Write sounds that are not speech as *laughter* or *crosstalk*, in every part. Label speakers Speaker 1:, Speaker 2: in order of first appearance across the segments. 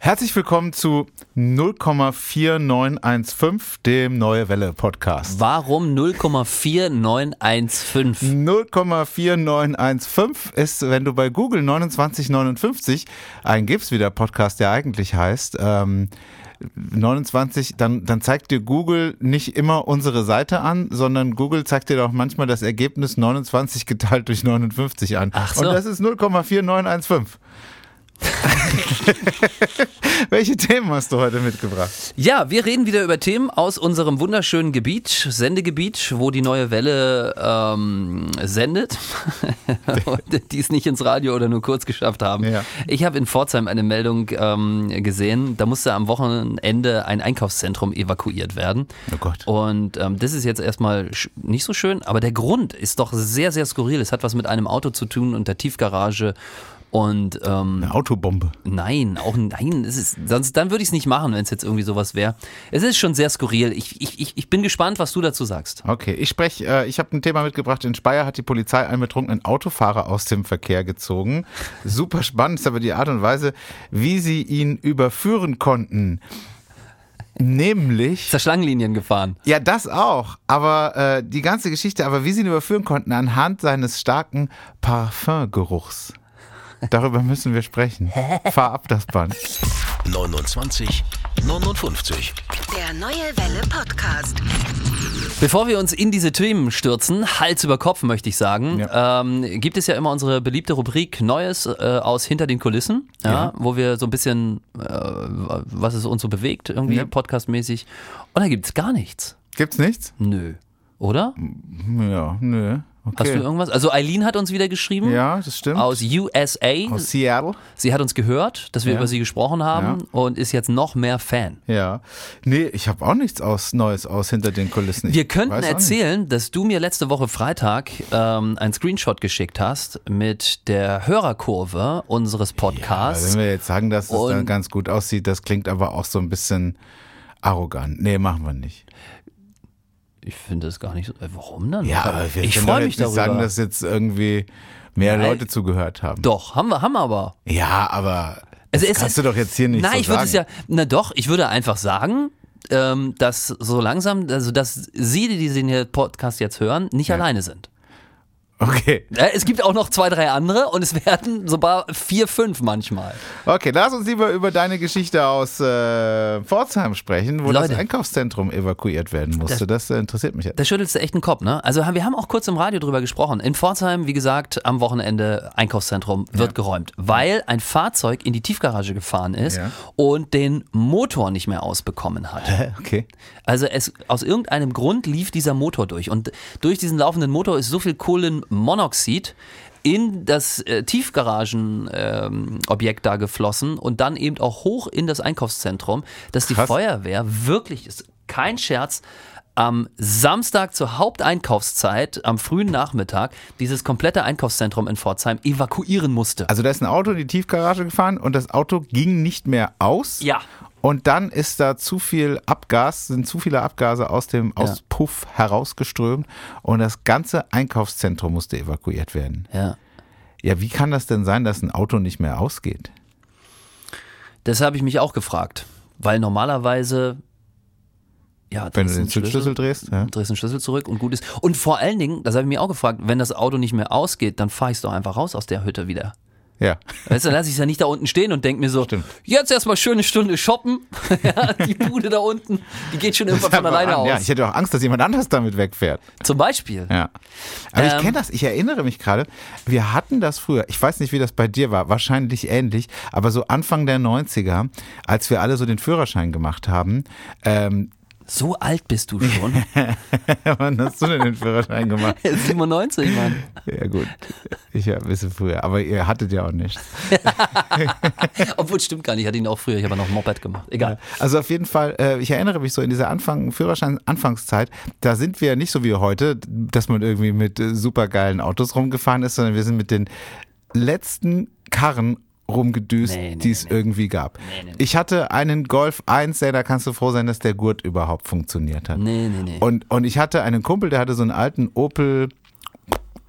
Speaker 1: Herzlich willkommen zu 0,4915, dem Neue Welle Podcast.
Speaker 2: Warum 0,4915?
Speaker 1: 0,4915 ist, wenn du bei Google 2959 eingibst, wie der Podcast ja eigentlich heißt, ähm, 29, dann, dann zeigt dir Google nicht immer unsere Seite an, sondern Google zeigt dir doch manchmal das Ergebnis 29 geteilt durch 59 an.
Speaker 2: Ach so.
Speaker 1: Und das ist
Speaker 2: *laughs*
Speaker 1: 0,4915. *laughs* Welche Themen hast du heute mitgebracht?
Speaker 2: Ja, wir reden wieder über Themen aus unserem wunderschönen Gebiet, Sendegebiet, wo die neue Welle ähm, sendet, *laughs* Und die es nicht ins Radio oder nur kurz geschafft haben.
Speaker 1: Ja.
Speaker 2: Ich habe in Pforzheim eine Meldung ähm, gesehen, da musste am Wochenende ein Einkaufszentrum evakuiert werden.
Speaker 1: Oh Gott.
Speaker 2: Und ähm, das ist jetzt erstmal sch- nicht so schön, aber der Grund ist doch sehr, sehr skurril. Es hat was mit einem Auto zu tun und der Tiefgarage. Und ähm,
Speaker 1: Eine Autobombe.
Speaker 2: Nein, auch nein, es ist, sonst, dann würde ich es nicht machen, wenn es jetzt irgendwie sowas wäre. Es ist schon sehr skurril. Ich, ich, ich, ich bin gespannt, was du dazu sagst.
Speaker 1: Okay, ich spreche, äh, ich habe ein Thema mitgebracht. In Speyer hat die Polizei einen betrunkenen Autofahrer aus dem Verkehr gezogen. Super spannend ist aber die Art und Weise, wie sie ihn überführen konnten. Nämlich.
Speaker 2: Ist da Schlangenlinien gefahren?
Speaker 1: Ja, das auch. Aber äh, die ganze Geschichte, aber wie sie ihn überführen konnten, anhand seines starken Parfümgeruchs. Darüber müssen wir sprechen. Fahr ab das Band.
Speaker 3: 29 59.
Speaker 4: Der Neue Welle Podcast.
Speaker 2: Bevor wir uns in diese Themen stürzen, Hals über Kopf möchte ich sagen, ähm, gibt es ja immer unsere beliebte Rubrik Neues äh, aus Hinter den Kulissen, ja, wo wir so ein bisschen, äh, was es uns so bewegt, irgendwie
Speaker 1: Ja.
Speaker 2: podcastmäßig. Und da gibt es gar nichts.
Speaker 1: Gibt's nichts?
Speaker 2: Nö. Oder?
Speaker 1: Ja, nö. Okay.
Speaker 2: Hast du irgendwas? Also Eileen hat uns wieder geschrieben.
Speaker 1: ja, das stimmt.
Speaker 2: Aus USA.
Speaker 1: Aus Seattle.
Speaker 2: Sie hat uns gehört, dass wir
Speaker 1: Ja.
Speaker 2: über sie gesprochen haben und ist jetzt noch mehr Fan.
Speaker 1: Ja. Nee, ich habe auch nichts aus Neues aus hinter den Kulissen. Ich
Speaker 2: Wir könnten
Speaker 1: weiß auch
Speaker 2: erzählen, dass du mir letzte Woche Freitag ähm, einen Screenshot geschickt hast mit der Hörerkurve unseres
Speaker 1: Nicht.
Speaker 2: Podcasts.
Speaker 1: Also Wenn wir jetzt sagen, dass es
Speaker 2: Und-
Speaker 1: dann ganz gut aussieht, das klingt aber auch so ein bisschen arrogant. Nee, machen wir nicht.
Speaker 2: ich finde das gar nicht so. äh, Warum dann?
Speaker 1: Ja, aber wir
Speaker 2: ich
Speaker 1: können
Speaker 2: freue
Speaker 1: doch
Speaker 2: mich
Speaker 1: jetzt
Speaker 2: darüber.
Speaker 1: nicht sagen, dass jetzt irgendwie mehr
Speaker 2: Nein.
Speaker 1: Leute zugehört haben.
Speaker 2: doch, haben wir, haben wir aber.
Speaker 1: Ja, aber
Speaker 2: Also es
Speaker 1: kannst
Speaker 2: ist-
Speaker 1: du doch jetzt hier nicht
Speaker 2: Nein,
Speaker 1: so
Speaker 2: ich würde
Speaker 1: sagen.
Speaker 2: es ja. Na doch, ich würde einfach sagen, ähm, dass so langsam, also dass Sie, die diesen Podcast jetzt hören, nicht alleine sind.
Speaker 1: Okay,
Speaker 2: Äh, Es gibt auch noch zwei, drei andere und es werden sogar vier, fünf manchmal.
Speaker 1: okay, lass uns lieber über deine Geschichte aus äh, Pforzheim sprechen, wo das
Speaker 2: Leute.
Speaker 1: Einkaufszentrum evakuiert werden musste. Das, äh, interessiert mich jetzt.
Speaker 2: Da schüttelst du echt den Kopf, ne? Also haben- wir haben auch kurz im Radio drüber gesprochen. In Pforzheim, wie gesagt, am Wochenende Einkaufszentrum wird geräumt, weil ein Fahrzeug in die Tiefgarage gefahren ist
Speaker 1: Ja.
Speaker 2: und den Motor nicht mehr ausbekommen hat.
Speaker 1: Hä? Okay.
Speaker 2: Also es, aus irgendeinem Grund lief dieser Motor durch. Und durch diesen laufenden Motor ist so viel Kohlenmonoxid in das äh, Tiefgaragenobjekt ähm, Objekt da geflossen und dann eben auch hoch in das Einkaufszentrum, dass die
Speaker 1: Krass.
Speaker 2: Feuerwehr wirklich, ist kein Scherz, am Samstag zur Haupteinkaufszeit, am frühen Nachmittag, dieses komplette Einkaufszentrum in Pforzheim evakuieren musste.
Speaker 1: Also da ist ein Auto in die Tiefgarage gefahren und das Auto ging nicht mehr aus.
Speaker 2: Ja.
Speaker 1: Und dann ist da zu viel Abgas, sind zu viele Abgase aus dem Auspuff herausgeströmt und das ganze Einkaufszentrum musste evakuiert werden.
Speaker 2: ja.
Speaker 1: Ja, wie kann das denn sein, dass ein Auto nicht mehr ausgeht?
Speaker 2: Das habe ich mich auch gefragt, weil normalerweise ja,
Speaker 1: Wenn du
Speaker 2: drehst
Speaker 1: den
Speaker 2: einen
Speaker 1: Zündschlüssel drehst, ja.
Speaker 2: drehst den Schlüssel zurück und gut ist. Und vor allen Dingen, das habe ich mich auch gefragt, wenn das Auto nicht mehr ausgeht, dann fahre ich es doch einfach raus aus der Hütte wieder.
Speaker 1: Ja.
Speaker 2: Weißt du, dann lasse ich es ja nicht da unten stehen und denke mir so, jetzt erstmal schöne Stunde shoppen. *laughs* ja, die Bude da unten, die geht schon irgendwann von alleine
Speaker 1: an.
Speaker 2: aus.
Speaker 1: Ja, *laughs* ich hätte auch Angst, dass jemand anders damit wegfährt.
Speaker 2: Zum Beispiel.
Speaker 1: Ja. Aber ich
Speaker 2: Ähm.
Speaker 1: kenne das, ich erinnere mich gerade, wir hatten das früher, ich weiß nicht, wie das bei dir war, wahrscheinlich ähnlich, aber so Anfang der 90er, als wir alle so den Führerschein gemacht haben, ähm, *laughs*
Speaker 2: So alt bist du schon. *laughs*
Speaker 1: wann hast du denn den Führerschein gemacht?
Speaker 2: 97, Mann.
Speaker 1: Ja gut, ich ja ein bisschen früher, aber ihr hattet ja auch nichts.
Speaker 2: Obwohl, stimmt gar nicht, ich hatte ihn auch früher, ich habe noch ein Moped gemacht. Egal.
Speaker 1: Also auf jeden Fall, äh, ich erinnere mich so in dieser Anfang, Führerschein-Anfangszeit, da sind wir nicht so wie heute, dass man irgendwie mit äh, supergeilen Autos rumgefahren ist, sondern wir sind mit den letzten Karren rumgedüst,
Speaker 2: Nee, nee,
Speaker 1: die es irgendwie gab. Ich hatte einen Golf 1, der, da kannst du froh sein, dass der Gurt überhaupt funktioniert hat.
Speaker 2: Nee, nee, nee.
Speaker 1: Und, und ich hatte einen Kumpel, der hatte so einen alten Opel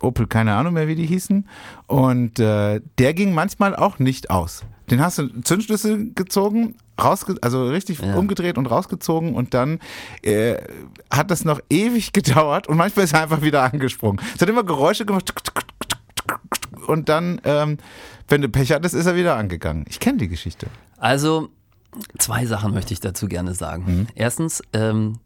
Speaker 1: Opel, keine Ahnung mehr, wie die hießen. Und äh, der ging manchmal auch nicht aus. Den hast du Zündschlüssel gezogen, rausge also richtig umgedreht und rausgezogen und dann äh, hat das noch ewig *laughs* gedauert und manchmal ist er einfach wieder angesprungen. Es hat immer Geräusche gemacht tuck, tuck, tuck, tuck, tuck. und dann, ähm, wenn du Pech hattest, ist er wieder angegangen. Ich kenne die Geschichte.
Speaker 2: Also, zwei Sachen möchte ich dazu gerne sagen. Erstens, ähm,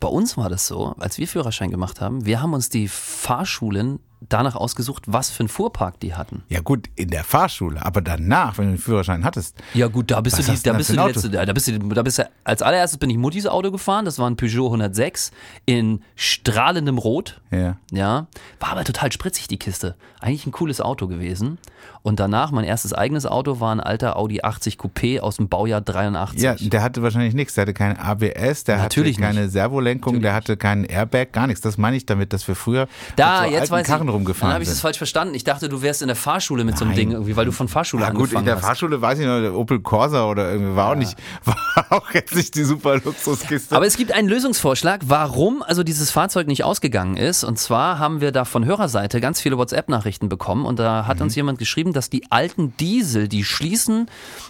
Speaker 2: bei uns war das so, als wir Führerschein gemacht haben, wir haben uns die Fahrschulen danach ausgesucht, was für einen Fuhrpark die hatten.
Speaker 1: Ja gut, in der Fahrschule, aber danach, wenn du den Führerschein hattest.
Speaker 2: Ja gut, da bist
Speaker 1: Was
Speaker 2: du die,
Speaker 1: hast du
Speaker 2: da
Speaker 1: denn
Speaker 2: bist
Speaker 1: für
Speaker 2: du die
Speaker 1: ein
Speaker 2: letzte, da bist du, da bist du, als allererstes bin ich Muttis Auto gefahren, das war ein Peugeot 106 in strahlendem Rot.
Speaker 1: Ja.
Speaker 2: Ja, war aber total spritzig die Kiste. Eigentlich ein cooles Auto gewesen. Und danach mein erstes eigenes Auto war ein alter Audi 80 Coupé aus dem Baujahr 83.
Speaker 1: Ja, der hatte wahrscheinlich nichts. Der hatte kein ABS, der
Speaker 2: Natürlich
Speaker 1: hatte keine
Speaker 2: nicht.
Speaker 1: Servolenkung, der hatte keinen Airbag, gar nichts. Das meine ich damit, dass wir früher
Speaker 2: da,
Speaker 1: mit so
Speaker 2: jetzt
Speaker 1: alten
Speaker 2: weiß
Speaker 1: Karren
Speaker 2: ich. Dann
Speaker 1: rumgefahren
Speaker 2: habe ich das
Speaker 1: sind.
Speaker 2: falsch verstanden. Ich dachte, du wärst in der Fahrschule mit so einem
Speaker 1: Nein.
Speaker 2: Ding irgendwie, weil du von Fahrschule
Speaker 1: Ja gut,
Speaker 2: angefangen
Speaker 1: in der
Speaker 2: hast.
Speaker 1: Fahrschule weiß ich noch, der Opel Corsa oder irgendwie war auch nicht, *laughs* war auch jetzt nicht die super Luxuskiste.
Speaker 2: Aber es gibt einen Lösungsvorschlag, warum also dieses Fahrzeug nicht ausgegangen ist. Und zwar haben wir da von Hörerseite ganz viele WhatsApp-Nachrichten bekommen und da hat uns jemand geschrieben, dass die alten Diesel, die schließen,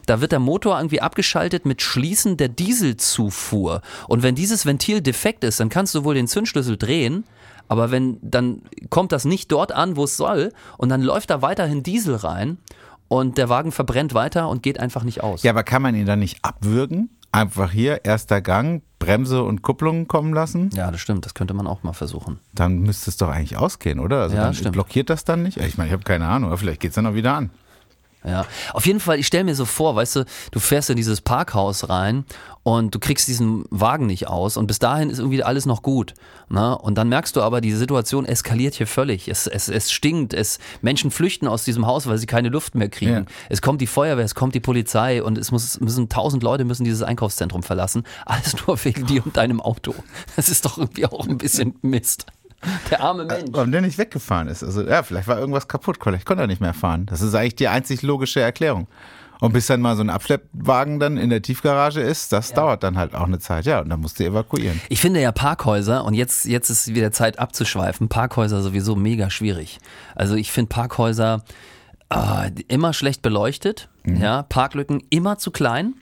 Speaker 2: da wird der Motor irgendwie abgeschaltet mit Schließen der Dieselzufuhr. Und wenn dieses Ventil defekt ist, dann kannst du wohl den Zündschlüssel drehen. Aber wenn, dann kommt das nicht dort an, wo es soll, und dann läuft da weiterhin Diesel rein und der Wagen verbrennt weiter und geht einfach nicht aus.
Speaker 1: ja, aber kann man ihn dann nicht abwürgen? Einfach hier, erster Gang, Bremse und Kupplung kommen lassen?
Speaker 2: ja das stimmt, das könnte man auch mal versuchen.
Speaker 1: Dann müsste es doch eigentlich ausgehen, oder? Also
Speaker 2: Ja,
Speaker 1: dann
Speaker 2: stimmt.
Speaker 1: blockiert das dann nicht? Ich meine, ich habe keine Ahnung, aber vielleicht geht's dann auch wieder an.
Speaker 2: Ja, auf jeden Fall, ich stelle mir so vor, weißt du, du fährst in dieses Parkhaus rein und du kriegst diesen Wagen nicht aus und bis dahin ist irgendwie alles noch gut. Ne? Und dann merkst du aber, die Situation eskaliert hier völlig. Es, es, es stinkt, es, Menschen flüchten aus diesem Haus, weil sie keine Luft mehr kriegen.
Speaker 1: Ja.
Speaker 2: Es kommt die Feuerwehr, es kommt die Polizei und es muss, müssen tausend Leute müssen dieses Einkaufszentrum verlassen. Alles nur wegen dir und deinem Auto. Das ist doch irgendwie auch ein bisschen Mist. Der arme Mensch.
Speaker 1: Warum der nicht weggefahren ist? Also, ja, vielleicht war irgendwas kaputt, vielleicht konnte er nicht mehr fahren. Das ist eigentlich die einzig logische Erklärung. Und bis dann mal so ein Abschleppwagen dann in der Tiefgarage ist, das dauert dann halt auch eine Zeit, ja. Und dann musst du evakuieren.
Speaker 2: Ich finde ja Parkhäuser, und jetzt, jetzt ist wieder Zeit abzuschweifen, Parkhäuser sowieso mega schwierig. Also ich finde Parkhäuser ah, immer schlecht beleuchtet,
Speaker 1: Mhm.
Speaker 2: ja, Parklücken immer zu klein.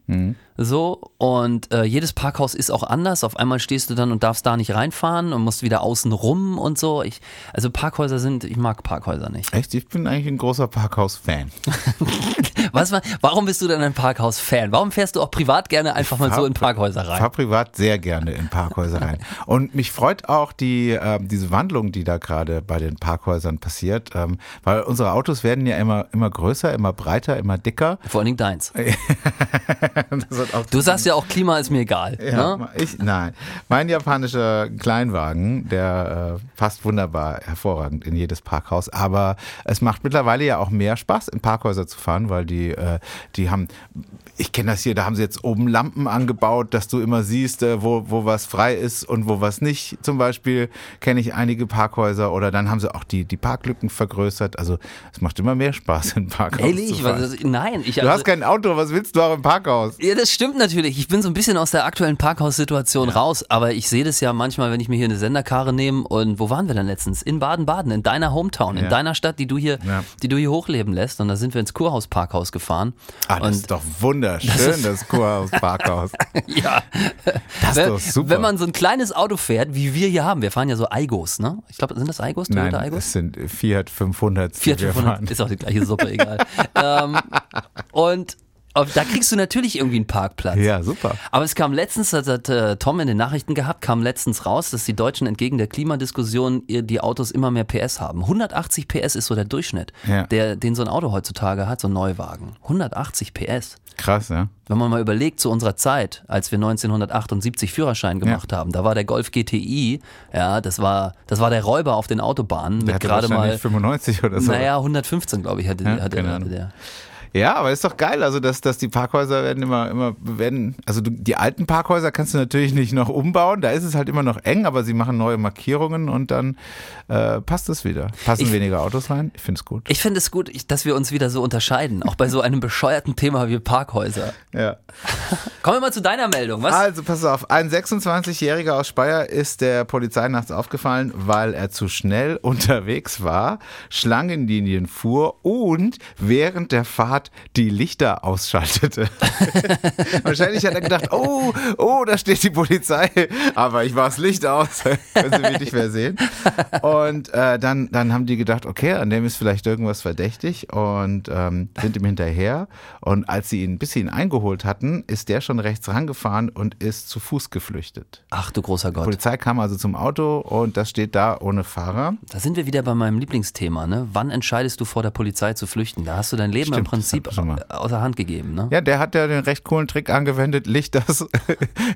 Speaker 2: So, und äh, jedes Parkhaus ist auch anders. Auf einmal stehst du dann und darfst da nicht reinfahren und musst wieder außen rum und so. Ich, also Parkhäuser sind, ich mag Parkhäuser nicht.
Speaker 1: Echt, ich bin eigentlich ein großer Parkhaus-Fan.
Speaker 2: Was, war- warum bist du denn ein Parkhaus-Fan? Warum fährst du auch privat gerne einfach mal so in Parkhäuser
Speaker 1: Ich
Speaker 2: rein?
Speaker 1: fahre privat sehr gerne in Parkhäuser rein. Und mich freut auch die, ähm, diese Wandlung, die da gerade bei den Parkhäusern passiert, ähm, weil unsere Autos werden ja immer, immer größer, immer breiter, immer dicker.
Speaker 2: Vor allen Dingen deins.
Speaker 1: Äh, Das hat auch
Speaker 2: Du sagst ja auch, Klima ist mir egal.
Speaker 1: Ja,
Speaker 2: ne?
Speaker 1: ich, nein. Mein japanischer Kleinwagen, der äh, passt wunderbar, hervorragend in jedes Parkhaus. Aber es macht mittlerweile ja auch mehr Spaß, in Parkhäuser zu fahren, weil die, äh, die haben, ich kenne das hier, da haben sie jetzt oben Lampen angebaut, dass du immer siehst, äh, wo, wo was frei ist und wo was nicht. Zum Beispiel kenne ich einige Parkhäuser oder dann haben sie auch die, die Parklücken vergrößert. Also es macht immer mehr Spaß, in Parkhaus
Speaker 2: Ehrlich?
Speaker 1: zu fahren.
Speaker 2: was, ist- nein, ich also,
Speaker 1: Du hast kein Auto, was willst du auch im Parkhaus?
Speaker 2: ja, das stimmt natürlich. Ich bin so ein bisschen aus der aktuellen Parkhaussituation raus, aber ich sehe das ja manchmal, wenn ich mir hier eine Senderkarre nehme und wo waren wir denn letztens? In Baden-Baden, in deiner Hometown, in
Speaker 1: Ja.
Speaker 2: deiner Stadt, die du hier,
Speaker 1: Ja.
Speaker 2: die du hier hochleben lässt. Und da sind wir ins Kurhaus-Parkhaus gefahren.
Speaker 1: Ah, das
Speaker 2: und
Speaker 1: ist doch wunderschön, das, Kurhaus
Speaker 2: *laughs*
Speaker 1: Parkhaus. *laughs*
Speaker 2: ja,
Speaker 1: Das ist
Speaker 2: wenn,
Speaker 1: doch super.
Speaker 2: wenn man so ein kleines Auto fährt, wie wir hier haben, wir fahren ja so Aigos, ne? Ich glaube, sind das Aigos,
Speaker 1: Nein,
Speaker 2: Toyota Aigos?
Speaker 1: es sind Fiat 500. die
Speaker 2: Fiat
Speaker 1: wir
Speaker 2: 500
Speaker 1: fahren.
Speaker 2: ist auch die gleiche
Speaker 1: *laughs*
Speaker 2: Suppe, egal. ähm, und auf- da kriegst du natürlich irgendwie einen Parkplatz.
Speaker 1: Ja, super.
Speaker 2: Aber es kam letztens, das hat äh, Tom in den Nachrichten gehabt, kam letztens raus, dass die Deutschen entgegen der Klimadiskussion ihr, die Autos immer mehr PS haben. 180 PS ist so der Durchschnitt,
Speaker 1: Ja.
Speaker 2: der, den so ein Auto heutzutage hat, so ein Neuwagen. 180 PS.
Speaker 1: Krass, ja.
Speaker 2: Wenn man mal überlegt, zu unserer Zeit, als wir 1978 Führerschein gemacht haben, da war der Golf GTI, ja, das war, das war der Räuber auf den Autobahnen
Speaker 1: Der
Speaker 2: mit
Speaker 1: hatte
Speaker 2: gerade
Speaker 1: wahrscheinlich
Speaker 2: mal
Speaker 1: 95 oder so.
Speaker 2: naja, 115, glaube ich, hatte,
Speaker 1: Ja,
Speaker 2: hatte,
Speaker 1: keine
Speaker 2: hatte
Speaker 1: Ahnung.
Speaker 2: der.
Speaker 1: Ja, aber ist doch geil, also dass, dass die Parkhäuser werden immer, immer werden, also du, die alten Parkhäuser kannst du natürlich nicht noch umbauen, da ist es halt immer noch eng, aber sie machen neue Markierungen und dann äh, passt es wieder. Passen
Speaker 2: Ich-
Speaker 1: weniger Autos rein? Ich finde es gut.
Speaker 2: Ich finde es gut, ich- dass wir uns wieder so unterscheiden, auch bei so einem bescheuerten Thema wie Parkhäuser.
Speaker 1: Ja.
Speaker 2: Kommen wir mal zu deiner Meldung, was?
Speaker 1: Also pass auf, ein 26-Jähriger aus Speyer ist der Polizei nachts aufgefallen, weil er zu schnell *laughs* unterwegs war, Schlangenlinien fuhr und während der Fahrt die Lichter ausschaltete. Wahrscheinlich hat er gedacht, oh, oh, da steht die Polizei, aber ich war das Licht aus, *laughs* können sie mich nicht mehr sehen. Und äh, dann, dann haben die gedacht, okay, an dem ist vielleicht irgendwas verdächtig und ähm, sind ihm hinterher. Und als sie ihn, bis sie ihn eingeholt hatten, ist der schon rechts rangefahren und ist zu Fuß geflüchtet.
Speaker 2: Ach du großer
Speaker 1: Die
Speaker 2: Gott.
Speaker 1: Polizei kam also zum Auto und das steht da ohne Fahrer.
Speaker 2: Da sind wir wieder bei meinem Lieblingsthema, ne? Wann entscheidest du vor der Polizei zu flüchten? Da hast du dein Leben im
Speaker 1: Stimmt, das
Speaker 2: Prinzip
Speaker 1: hatten wir schon mal.
Speaker 2: außer Hand
Speaker 1: *laughs*
Speaker 2: gegeben, ne?
Speaker 1: Ja, der hat ja den recht coolen Trick angewendet, Licht das. *laughs*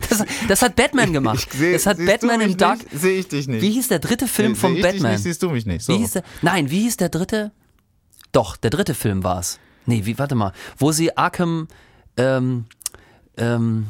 Speaker 2: Das, das hat Batman gemacht.
Speaker 1: Seh-
Speaker 2: das hat
Speaker 1: siehst du
Speaker 2: Batman
Speaker 1: mich
Speaker 2: im Dark.
Speaker 1: nicht? Sehe ich dich nicht.
Speaker 2: Wie hieß der dritte Film
Speaker 1: Seh-
Speaker 2: von
Speaker 1: seh ich Dich
Speaker 2: Batman?
Speaker 1: nicht, siehst du mich nicht. So.
Speaker 2: Wie hieß der? Nein, wie hieß der dritte? Doch, der dritte Film war es. Nee, wie, warte mal. Wo sie Arkham, ähm, ähm,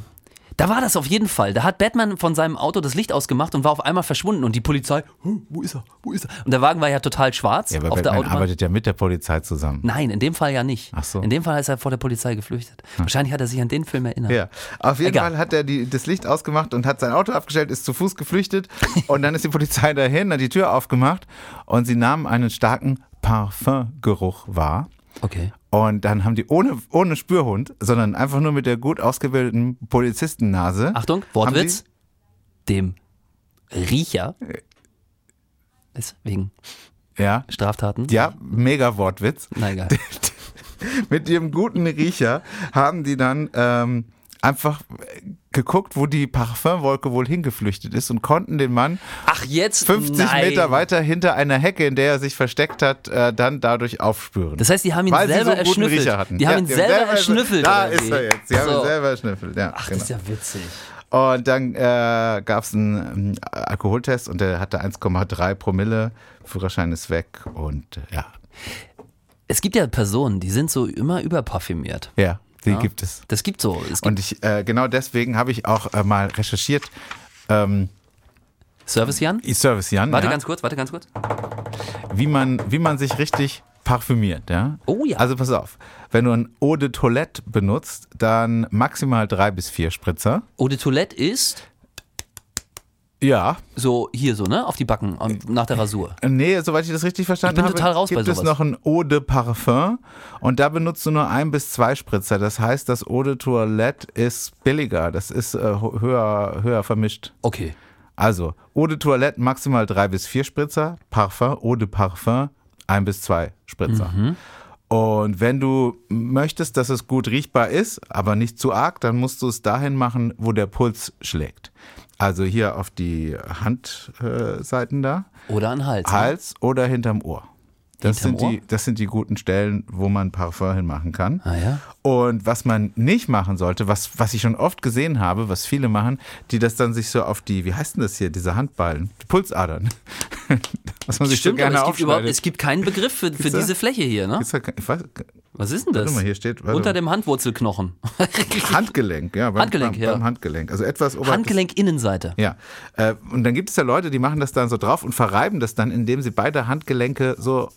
Speaker 2: da war das auf jeden Fall. Da hat Batman von seinem Auto das Licht ausgemacht und war auf einmal verschwunden und die Polizei, "Hm, wo ist er, wo ist er? Und der Wagen war ja total schwarz
Speaker 1: Ja, aber
Speaker 2: auf der
Speaker 1: Batman
Speaker 2: Autobahn.
Speaker 1: arbeitet ja mit der Polizei zusammen.
Speaker 2: Nein, in dem Fall ja nicht.
Speaker 1: Ach so. Hm.
Speaker 2: In dem Fall ist er vor der Polizei geflüchtet. Wahrscheinlich hat er sich an den Film erinnert.
Speaker 1: Ja, auf jeden
Speaker 2: Egal.
Speaker 1: Fall hat er die, das Licht ausgemacht und hat sein Auto abgestellt, ist zu Fuß geflüchtet und dann ist die Polizei dahin, hat die Tür aufgemacht und sie nahmen einen starken Parfümgeruch wahr. Hm.
Speaker 2: Okay.
Speaker 1: Und dann haben die ohne, ohne Spürhund, sondern einfach nur mit der gut ausgebildeten Polizistennase.
Speaker 2: Achtung,
Speaker 1: haben
Speaker 2: Wortwitz.
Speaker 1: die-
Speaker 2: Dem Riecher.
Speaker 1: Äh.
Speaker 2: Deswegen
Speaker 1: Ja,
Speaker 2: Straftaten.
Speaker 1: ja, mega Wortwitz.
Speaker 2: Na
Speaker 1: *laughs*
Speaker 2: egal.
Speaker 1: mit ihrem guten Riecher haben die dann ähm, einfach geguckt, wo die Parfümwolke wohl hingeflüchtet ist und konnten den Mann
Speaker 2: Ach, jetzt?
Speaker 1: 50
Speaker 2: Nein.
Speaker 1: Meter weiter hinter einer Hecke, in der er sich versteckt hat, äh, dann dadurch aufspüren.
Speaker 2: Das heißt, die haben ihn
Speaker 1: Weil sie
Speaker 2: selber
Speaker 1: so einen guten
Speaker 2: erschnüffelt.
Speaker 1: Riecher hatten.
Speaker 2: Die haben ihn selber erschnüffelt,
Speaker 1: Da
Speaker 2: oder
Speaker 1: ist er
Speaker 2: wie?
Speaker 1: jetzt. Die haben
Speaker 2: So.
Speaker 1: ihn selber erschnüffelt. Ja,
Speaker 2: Ach,
Speaker 1: genau.
Speaker 2: das ist ja witzig.
Speaker 1: Und dann äh, gab es einen ähm, Alkoholtest und der hatte 1,3 Promille. Führerschein ist weg und äh, ja,
Speaker 2: Es gibt ja Personen, die sind so immer überparfümiert.
Speaker 1: ja, die gibt es.
Speaker 2: Das gibt so. Es gibt
Speaker 1: Und ich, äh, genau deswegen habe ich auch äh, mal recherchiert. Ähm,
Speaker 2: Service Jan?
Speaker 1: E-Service Jan,
Speaker 2: Warte
Speaker 1: ja,
Speaker 2: ganz kurz, warte ganz kurz.
Speaker 1: wie, man, wie man sich richtig parfümiert. Ja?
Speaker 2: Oh ja.
Speaker 1: Also pass auf, wenn du ein Eau de Toilette benutzt, dann maximal drei bis vier Spritzer.
Speaker 2: Eau de Oh, Toilette ist
Speaker 1: Ja,
Speaker 2: so hier so, ne? Auf die Backen, am- nach der Rasur.
Speaker 1: nee, soweit ich das richtig verstanden
Speaker 2: Ich bin
Speaker 1: habe,
Speaker 2: total raus bei
Speaker 1: gibt es
Speaker 2: sowas.
Speaker 1: noch ein Eau de Parfum und da benutzt du nur ein bis zwei Spritzer. Das heißt, das Eau de Toilette ist billiger, das ist äh, ho- höher, höher vermischt.
Speaker 2: Okay.
Speaker 1: Also, Eau de Toilette maximal drei bis vier Spritzer, Parfum, Eau de Parfum ein bis zwei Spritzer. Und wenn du möchtest, dass es gut riechbar ist, aber nicht zu arg, dann musst du es dahin machen, wo der Puls schlägt. Also hier auf die Handseiten äh, Seiten da,
Speaker 2: Oder an den Hals. ne?
Speaker 1: Hals oder hinterm Ohr. Das, sind
Speaker 2: Hinterm
Speaker 1: Die, das sind die guten Stellen, wo man Parfum hinmachen kann.
Speaker 2: Ah ja.
Speaker 1: Und was man nicht machen sollte, was, was ich schon oft gesehen habe, was viele machen, die das dann sich so auf die, wie heißt denn das hier, diese Handballen, die Pulsadern. *laughs* was man sich
Speaker 2: Stimmt,
Speaker 1: so gerne
Speaker 2: aber es gibt, überhaupt,
Speaker 1: aufschneidet.
Speaker 2: es gibt keinen Begriff für, für
Speaker 1: da-
Speaker 2: diese Fläche hier, ne?
Speaker 1: Gibt's da kein- ich weiß,
Speaker 2: Was ist denn das?
Speaker 1: warte mal, hier steht, warte
Speaker 2: Unter
Speaker 1: mal.
Speaker 2: dem Handwurzelknochen. *laughs*
Speaker 1: Handgelenk, ja. Beim,
Speaker 2: Handgelenk,
Speaker 1: beim,
Speaker 2: ja.
Speaker 1: Beim Handgelenk, also etwas oberhalb des
Speaker 2: Handgelenk Innenseite.
Speaker 1: Ja, äh, und dann gibt es ja Leute, die machen das dann so drauf und verreiben das dann, indem sie beide Handgelenke so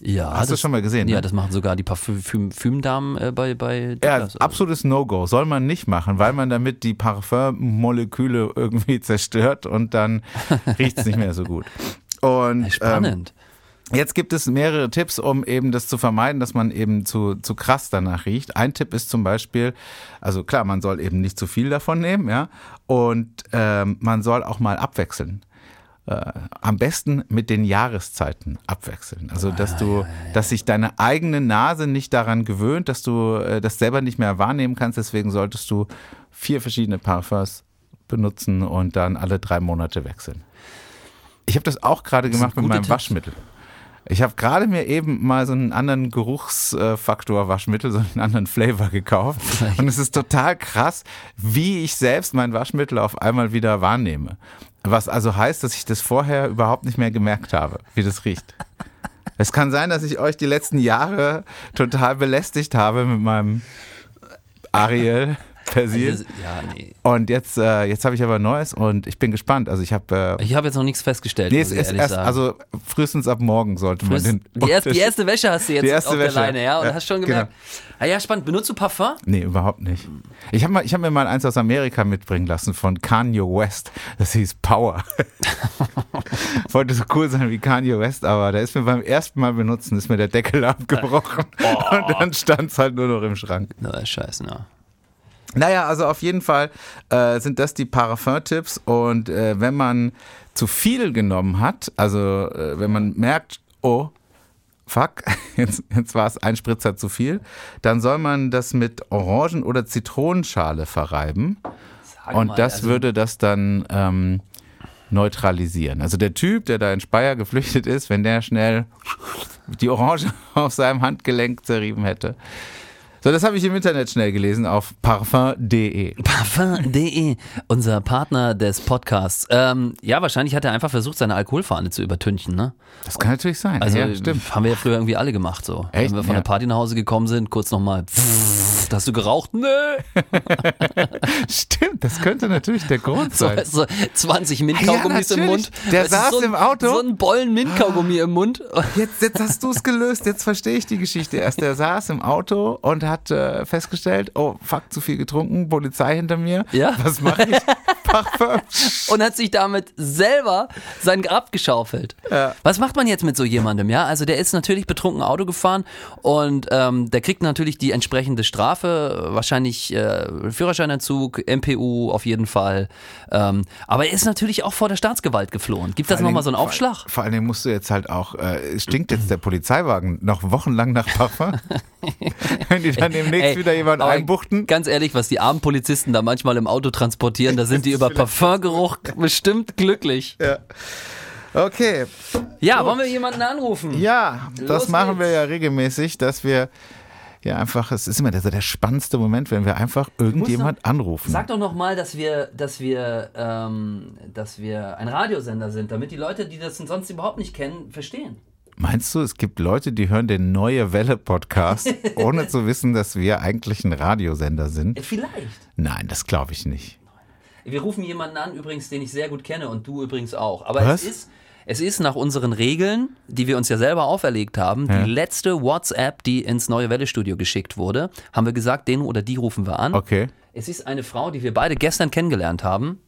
Speaker 2: Ja,
Speaker 1: Hast du
Speaker 2: das-
Speaker 1: schon mal gesehen,
Speaker 2: Ja,
Speaker 1: ne?
Speaker 2: das machen sogar die Parfümdamen äh, bei, bei
Speaker 1: Ja,
Speaker 2: Douglas.
Speaker 1: absolutes No-Go. Soll man nicht machen, weil man damit die Parfümmoleküle irgendwie zerstört und
Speaker 2: *laughs*
Speaker 1: dann riecht's nicht mehr so gut. Und ähm,
Speaker 2: Spannend.
Speaker 1: jetzt gibt es mehrere Tipps, um eben das zu vermeiden, dass man eben zu, zu krass danach riecht. Ein Tipp ist zum Beispiel, also klar, man soll eben nicht zu viel davon nehmen, ja, und ähm, man soll auch mal abwechseln Äh, am besten mit den Jahreszeiten abwechseln. Also, dass du, dass sich deine eigene Nase nicht daran gewöhnt, dass du äh, das selber nicht mehr wahrnehmen kannst. Deswegen solltest du vier verschiedene Parfums benutzen und dann alle drei Monate wechseln. Ich habe das auch gerade
Speaker 2: sind
Speaker 1: gemacht mit
Speaker 2: gute
Speaker 1: meinem
Speaker 2: Tipps.
Speaker 1: Waschmittel. Ich habe gerade mir eben mal so einen anderen Geruchsfaktor äh, Waschmittel, so einen anderen Flavor gekauft. Und es ist total krass, wie ich selbst mein Waschmittel auf einmal wieder wahrnehme. Was also heißt, dass ich das vorher überhaupt nicht mehr gemerkt habe, wie das riecht. Es kann sein, dass ich euch die letzten Jahre total belästigt habe mit meinem Ariel Persil.
Speaker 2: Also, ja, nee.
Speaker 1: Und jetzt, äh, jetzt habe ich aber Neues und ich bin gespannt. Also ich habe... Äh,
Speaker 2: Ich habe jetzt noch nichts festgestellt,
Speaker 1: Nee,
Speaker 2: muss
Speaker 1: es
Speaker 2: ich
Speaker 1: ist
Speaker 2: ehrlich
Speaker 1: erst,
Speaker 2: sagen.
Speaker 1: also frühestens ab morgen sollte man den.
Speaker 2: die, erst,
Speaker 1: *laughs*
Speaker 2: die erste Wäsche hast du
Speaker 1: Die
Speaker 2: jetzt
Speaker 1: erste
Speaker 2: auf der
Speaker 1: Wäsche,
Speaker 2: Leine, ja,
Speaker 1: ja,
Speaker 2: und
Speaker 1: genau.
Speaker 2: hast schon gemerkt. Ah ja, spannend. Benutzt du Parfum?
Speaker 1: Nee, überhaupt nicht. Ich habe hab mir mal eins aus Amerika mitbringen lassen von Kanye West. Das hieß Power. *laughs* Wollte so cool sein wie Kanye West, aber da ist mir beim ersten Mal benutzen, ist mir der Deckel abgebrochen. Und dann stand es halt nur noch im Schrank.
Speaker 2: Na, scheiße, na.
Speaker 1: Naja, also auf jeden Fall äh, sind das die Parfum-Tipps. Und äh, wenn man zu viel genommen hat, also äh, wenn man merkt, oh, fuck, *laughs* jetzt, jetzt war es ein Spritzer zu viel, dann soll man das mit Orangen- oder Zitronenschale verreiben.
Speaker 2: Sag
Speaker 1: Und
Speaker 2: mal,
Speaker 1: das
Speaker 2: also-
Speaker 1: würde das dann ähm, neutralisieren. Also der Typ, der da in Speyer geflüchtet ist, wenn der schnell die Orange *laughs* auf seinem Handgelenk zerrieben hätte. So, das habe ich im Internet schnell gelesen auf parfum.de.
Speaker 2: Parfum.de, unser Partner des Podcasts. Ähm, ja, wahrscheinlich hat er einfach versucht, seine Alkoholfahne zu übertünchen, ne?
Speaker 1: Das kann natürlich sein.
Speaker 2: Also
Speaker 1: ja,
Speaker 2: *laughs*
Speaker 1: stimmt.
Speaker 2: haben wir ja früher irgendwie alle gemacht so.
Speaker 1: Echt?
Speaker 2: Wenn wir von
Speaker 1: Ja.
Speaker 2: der Party nach Hause gekommen sind, kurz nochmal, *laughs* hast du geraucht? Nö.
Speaker 1: Stimmt, das könnte natürlich der Grund
Speaker 2: So,
Speaker 1: sein. Ah
Speaker 2: so 20 Mintkaugummis
Speaker 1: Ja,
Speaker 2: im
Speaker 1: natürlich.
Speaker 2: Mund.
Speaker 1: Der
Speaker 2: Weißt du,
Speaker 1: saß
Speaker 2: so ein-
Speaker 1: im Auto. Ah.
Speaker 2: So ein Bollen Mintkaugummi im Mund.
Speaker 1: Jetzt, jetzt hast du es gelöst, jetzt verstehe ich die Geschichte erst. Der saß im Auto und hat äh, festgestellt, oh fuck, zu viel getrunken, Polizei hinter mir.
Speaker 2: Ja.
Speaker 1: Was mache ich? Parfum.
Speaker 2: und hat sich damit selber sein Grab geschaufelt. Was macht man jetzt mit so jemandem? Ja, also der ist natürlich betrunken Auto gefahren und ähm, der kriegt natürlich die entsprechende Strafe, wahrscheinlich äh, Führerscheinentzug, MPU auf jeden Fall. Ähm, aber er ist natürlich auch vor der Staatsgewalt geflohen. Gibt
Speaker 1: Vor
Speaker 2: das
Speaker 1: allen
Speaker 2: nochmal so einen
Speaker 1: Dingen-
Speaker 2: Aufschlag?
Speaker 1: Vor, vor allen Dingen musst du jetzt halt auch, äh, stinkt jetzt der Polizeiwagen noch wochenlang nach Parfum?
Speaker 2: *laughs*
Speaker 1: Wenn die dann demnächst
Speaker 2: Ey,
Speaker 1: wieder jemanden
Speaker 2: aber
Speaker 1: einbuchten?
Speaker 2: Ganz ehrlich, was die armen Polizisten da manchmal im Auto transportieren,
Speaker 1: *laughs*
Speaker 2: da sind die über Parfumgeruch bestimmt glücklich.
Speaker 1: Okay,
Speaker 2: Ja, wollen wir jemanden anrufen?
Speaker 1: ja, das
Speaker 2: Los
Speaker 1: machen wir
Speaker 2: geht's.
Speaker 1: ja regelmäßig, dass wir ja einfach, es ist immer der, so der spannendste Moment, wenn wir einfach irgendjemand anrufen.
Speaker 2: Sag doch nochmal, dass wir, dass wir, ähm, dass wir ein Radiosender sind, damit die Leute, die das sonst überhaupt nicht kennen, verstehen.
Speaker 1: Meinst du, es gibt Leute, die hören den Neue Welle
Speaker 2: *laughs*
Speaker 1: Podcast, ohne zu wissen, dass wir eigentlich ein Radiosender sind?
Speaker 2: Äh, Vielleicht.
Speaker 1: Nein, das glaube ich nicht.
Speaker 2: Wir rufen jemanden an, übrigens, den ich sehr gut kenne und du übrigens auch. Aber
Speaker 1: Was?
Speaker 2: es ist. Es ist nach unseren Regeln, die wir uns ja selber auferlegt haben,
Speaker 1: Ja.
Speaker 2: die letzte WhatsApp, die ins neue Welle-Studio geschickt wurde, haben wir gesagt, den oder die rufen wir an.
Speaker 1: Okay.
Speaker 2: Es ist eine Frau, die wir beide gestern kennengelernt haben.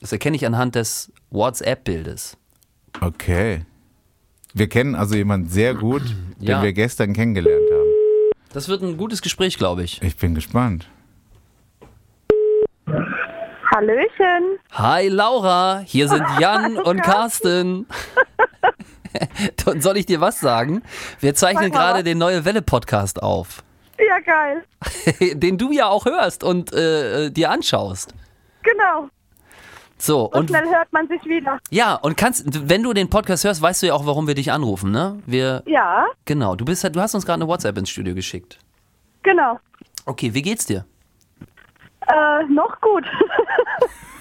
Speaker 2: Das erkenne ich anhand des WhatsApp-Bildes.
Speaker 1: Okay. Wir kennen also jemanden sehr gut, den
Speaker 2: Ja.
Speaker 1: wir gestern kennengelernt haben.
Speaker 2: Das wird ein gutes Gespräch, glaube ich.
Speaker 1: Ich bin gespannt.
Speaker 5: Hallöchen.
Speaker 2: Hi Laura, hier
Speaker 5: *laughs*
Speaker 2: sind Jan
Speaker 5: Hallo
Speaker 2: und Carsten. *laughs* Dann soll ich dir was sagen? Wir zeichnen
Speaker 5: Sag mal
Speaker 2: gerade
Speaker 5: was.
Speaker 2: den Neue Welle Podcast auf, *laughs*
Speaker 5: Ja, geil.
Speaker 2: den du ja auch hörst und äh, äh, dir anschaust.
Speaker 5: Genau.
Speaker 2: So,
Speaker 5: So
Speaker 2: und
Speaker 5: schnell hört man sich wieder.
Speaker 2: ja, und kannst, wenn du den Podcast hörst, weißt du ja auch, warum wir dich anrufen, ne? Wir,
Speaker 5: Ja,
Speaker 2: genau, du bist, halt- du hast uns gerade eine WhatsApp ins Studio geschickt.
Speaker 5: genau.
Speaker 2: Okay, wie geht's dir?
Speaker 5: Äh, noch gut.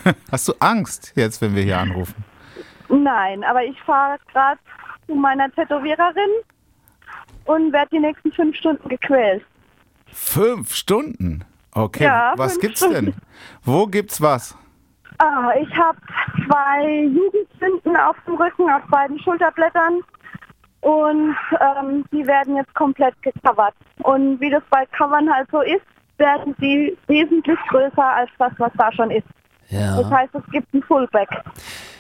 Speaker 5: *laughs*
Speaker 1: Hast du Angst jetzt, wenn wir hier anrufen?
Speaker 5: Nein, aber ich fahre gerade zu meiner Tätowiererin und werde die nächsten fünf Stunden gequält.
Speaker 1: Fünf Stunden. Okay,
Speaker 5: Ja,
Speaker 1: was
Speaker 5: fünf
Speaker 1: gibt's
Speaker 5: Stunden.
Speaker 1: denn? Wo gibt's was?
Speaker 5: Ah, ich habe zwei Jugendzünden auf dem Rücken, auf beiden Schulterblättern. Und ähm, die werden jetzt komplett gecovert. Und wie das bei Covern halt so ist, werden sie wesentlich größer als das, was da schon ist. Das
Speaker 2: Ja.
Speaker 5: heißt, es gibt ein Fullback.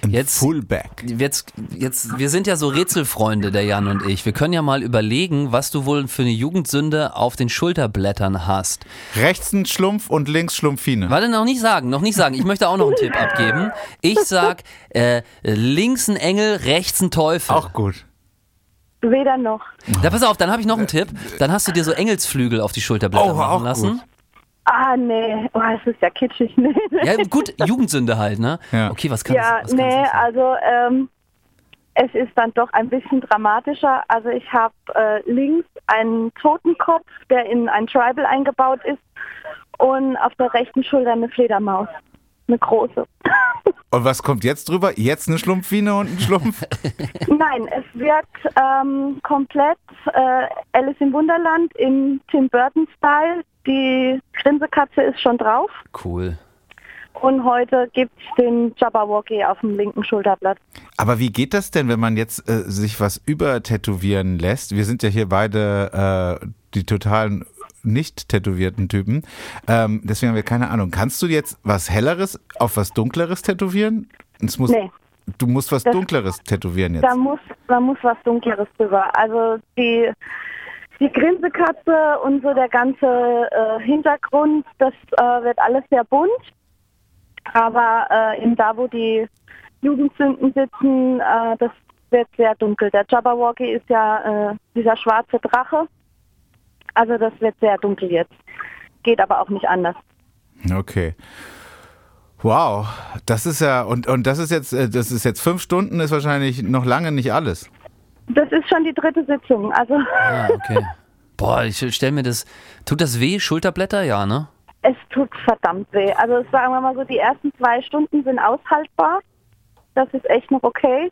Speaker 1: Ein
Speaker 2: Jetzt-
Speaker 1: Fullback.
Speaker 2: Jetzt, jetzt, wir sind ja so Rätselfreunde, der Jan und ich. Wir können ja mal überlegen, was du wohl für eine Jugendsünde auf den Schulterblättern hast.
Speaker 1: Rechts ein Schlumpf und links Schlumpfine.
Speaker 2: Warte, noch nicht sagen, noch nicht sagen. Ich möchte auch noch einen Tipp abgeben. Ich sag, äh, links ein Engel, rechts ein Teufel.
Speaker 1: Auch gut.
Speaker 5: Weder noch.
Speaker 2: Da pass auf, dann habe ich noch einen Tipp. Dann hast du dir so Engelsflügel auf die Schulterblätter
Speaker 1: Oh, auch
Speaker 2: machen lassen.
Speaker 5: Ah, nee. Oh, es ist ja kitschig. Nee.
Speaker 2: Ja, gut, Jugendsünde halt, ne?
Speaker 1: Ja.
Speaker 2: Okay, was kann
Speaker 5: ja,
Speaker 2: das? Was kann
Speaker 5: nee,
Speaker 2: das sein?
Speaker 5: also ähm, es ist dann doch ein bisschen dramatischer. Also ich habe äh, links einen Totenkopf, der in ein Tribal eingebaut ist und auf der rechten Schulter eine Fledermaus. eine
Speaker 2: *laughs*
Speaker 5: große.
Speaker 1: Und was kommt jetzt drüber? Jetzt eine Schlumpfine und ein *laughs* Schlumpf?
Speaker 5: Nein, es wird ähm, komplett äh, Alice im Wunderland im Tim Burton-Style. Die Grinsekatze ist schon drauf
Speaker 2: Cool.
Speaker 5: und heute gibt es den Jabberwocky auf dem linken Schulterblatt.
Speaker 1: Aber wie geht das denn, wenn man jetzt äh, sich was übertätowieren lässt? Wir sind ja hier beide äh, die totalen nicht tätowierten Typen. Ähm, deswegen haben wir keine Ahnung. Kannst du jetzt was Helleres auf was Dunkleres tätowieren? Es muss,
Speaker 5: Nee.
Speaker 1: Du musst was Dunkleres tätowieren jetzt.
Speaker 5: Da muss, da muss was Dunkleres drüber. Also die, die Grinsekatze und so der ganze äh, Hintergrund, das äh, wird alles sehr bunt. Aber äh, eben da, wo die Jugendsünden sitzen, äh, das wird sehr dunkel. Der Jabberwocky ist ja äh, dieser schwarze Drache. Also das wird sehr dunkel jetzt. Geht aber auch nicht anders.
Speaker 1: Okay. Wow, das ist ja und und das ist jetzt äh, das ist jetzt fünf Stunden ist wahrscheinlich noch lange nicht alles.
Speaker 5: Das ist schon die dritte Sitzung. Also
Speaker 2: Ah, okay. Boah, ich stell mir das. Tut das weh, Schulterblätter? Ja, ne?
Speaker 5: Es tut verdammt weh. Also sagen wir mal so, die ersten zwei Stunden sind aushaltbar. Das ist echt noch okay.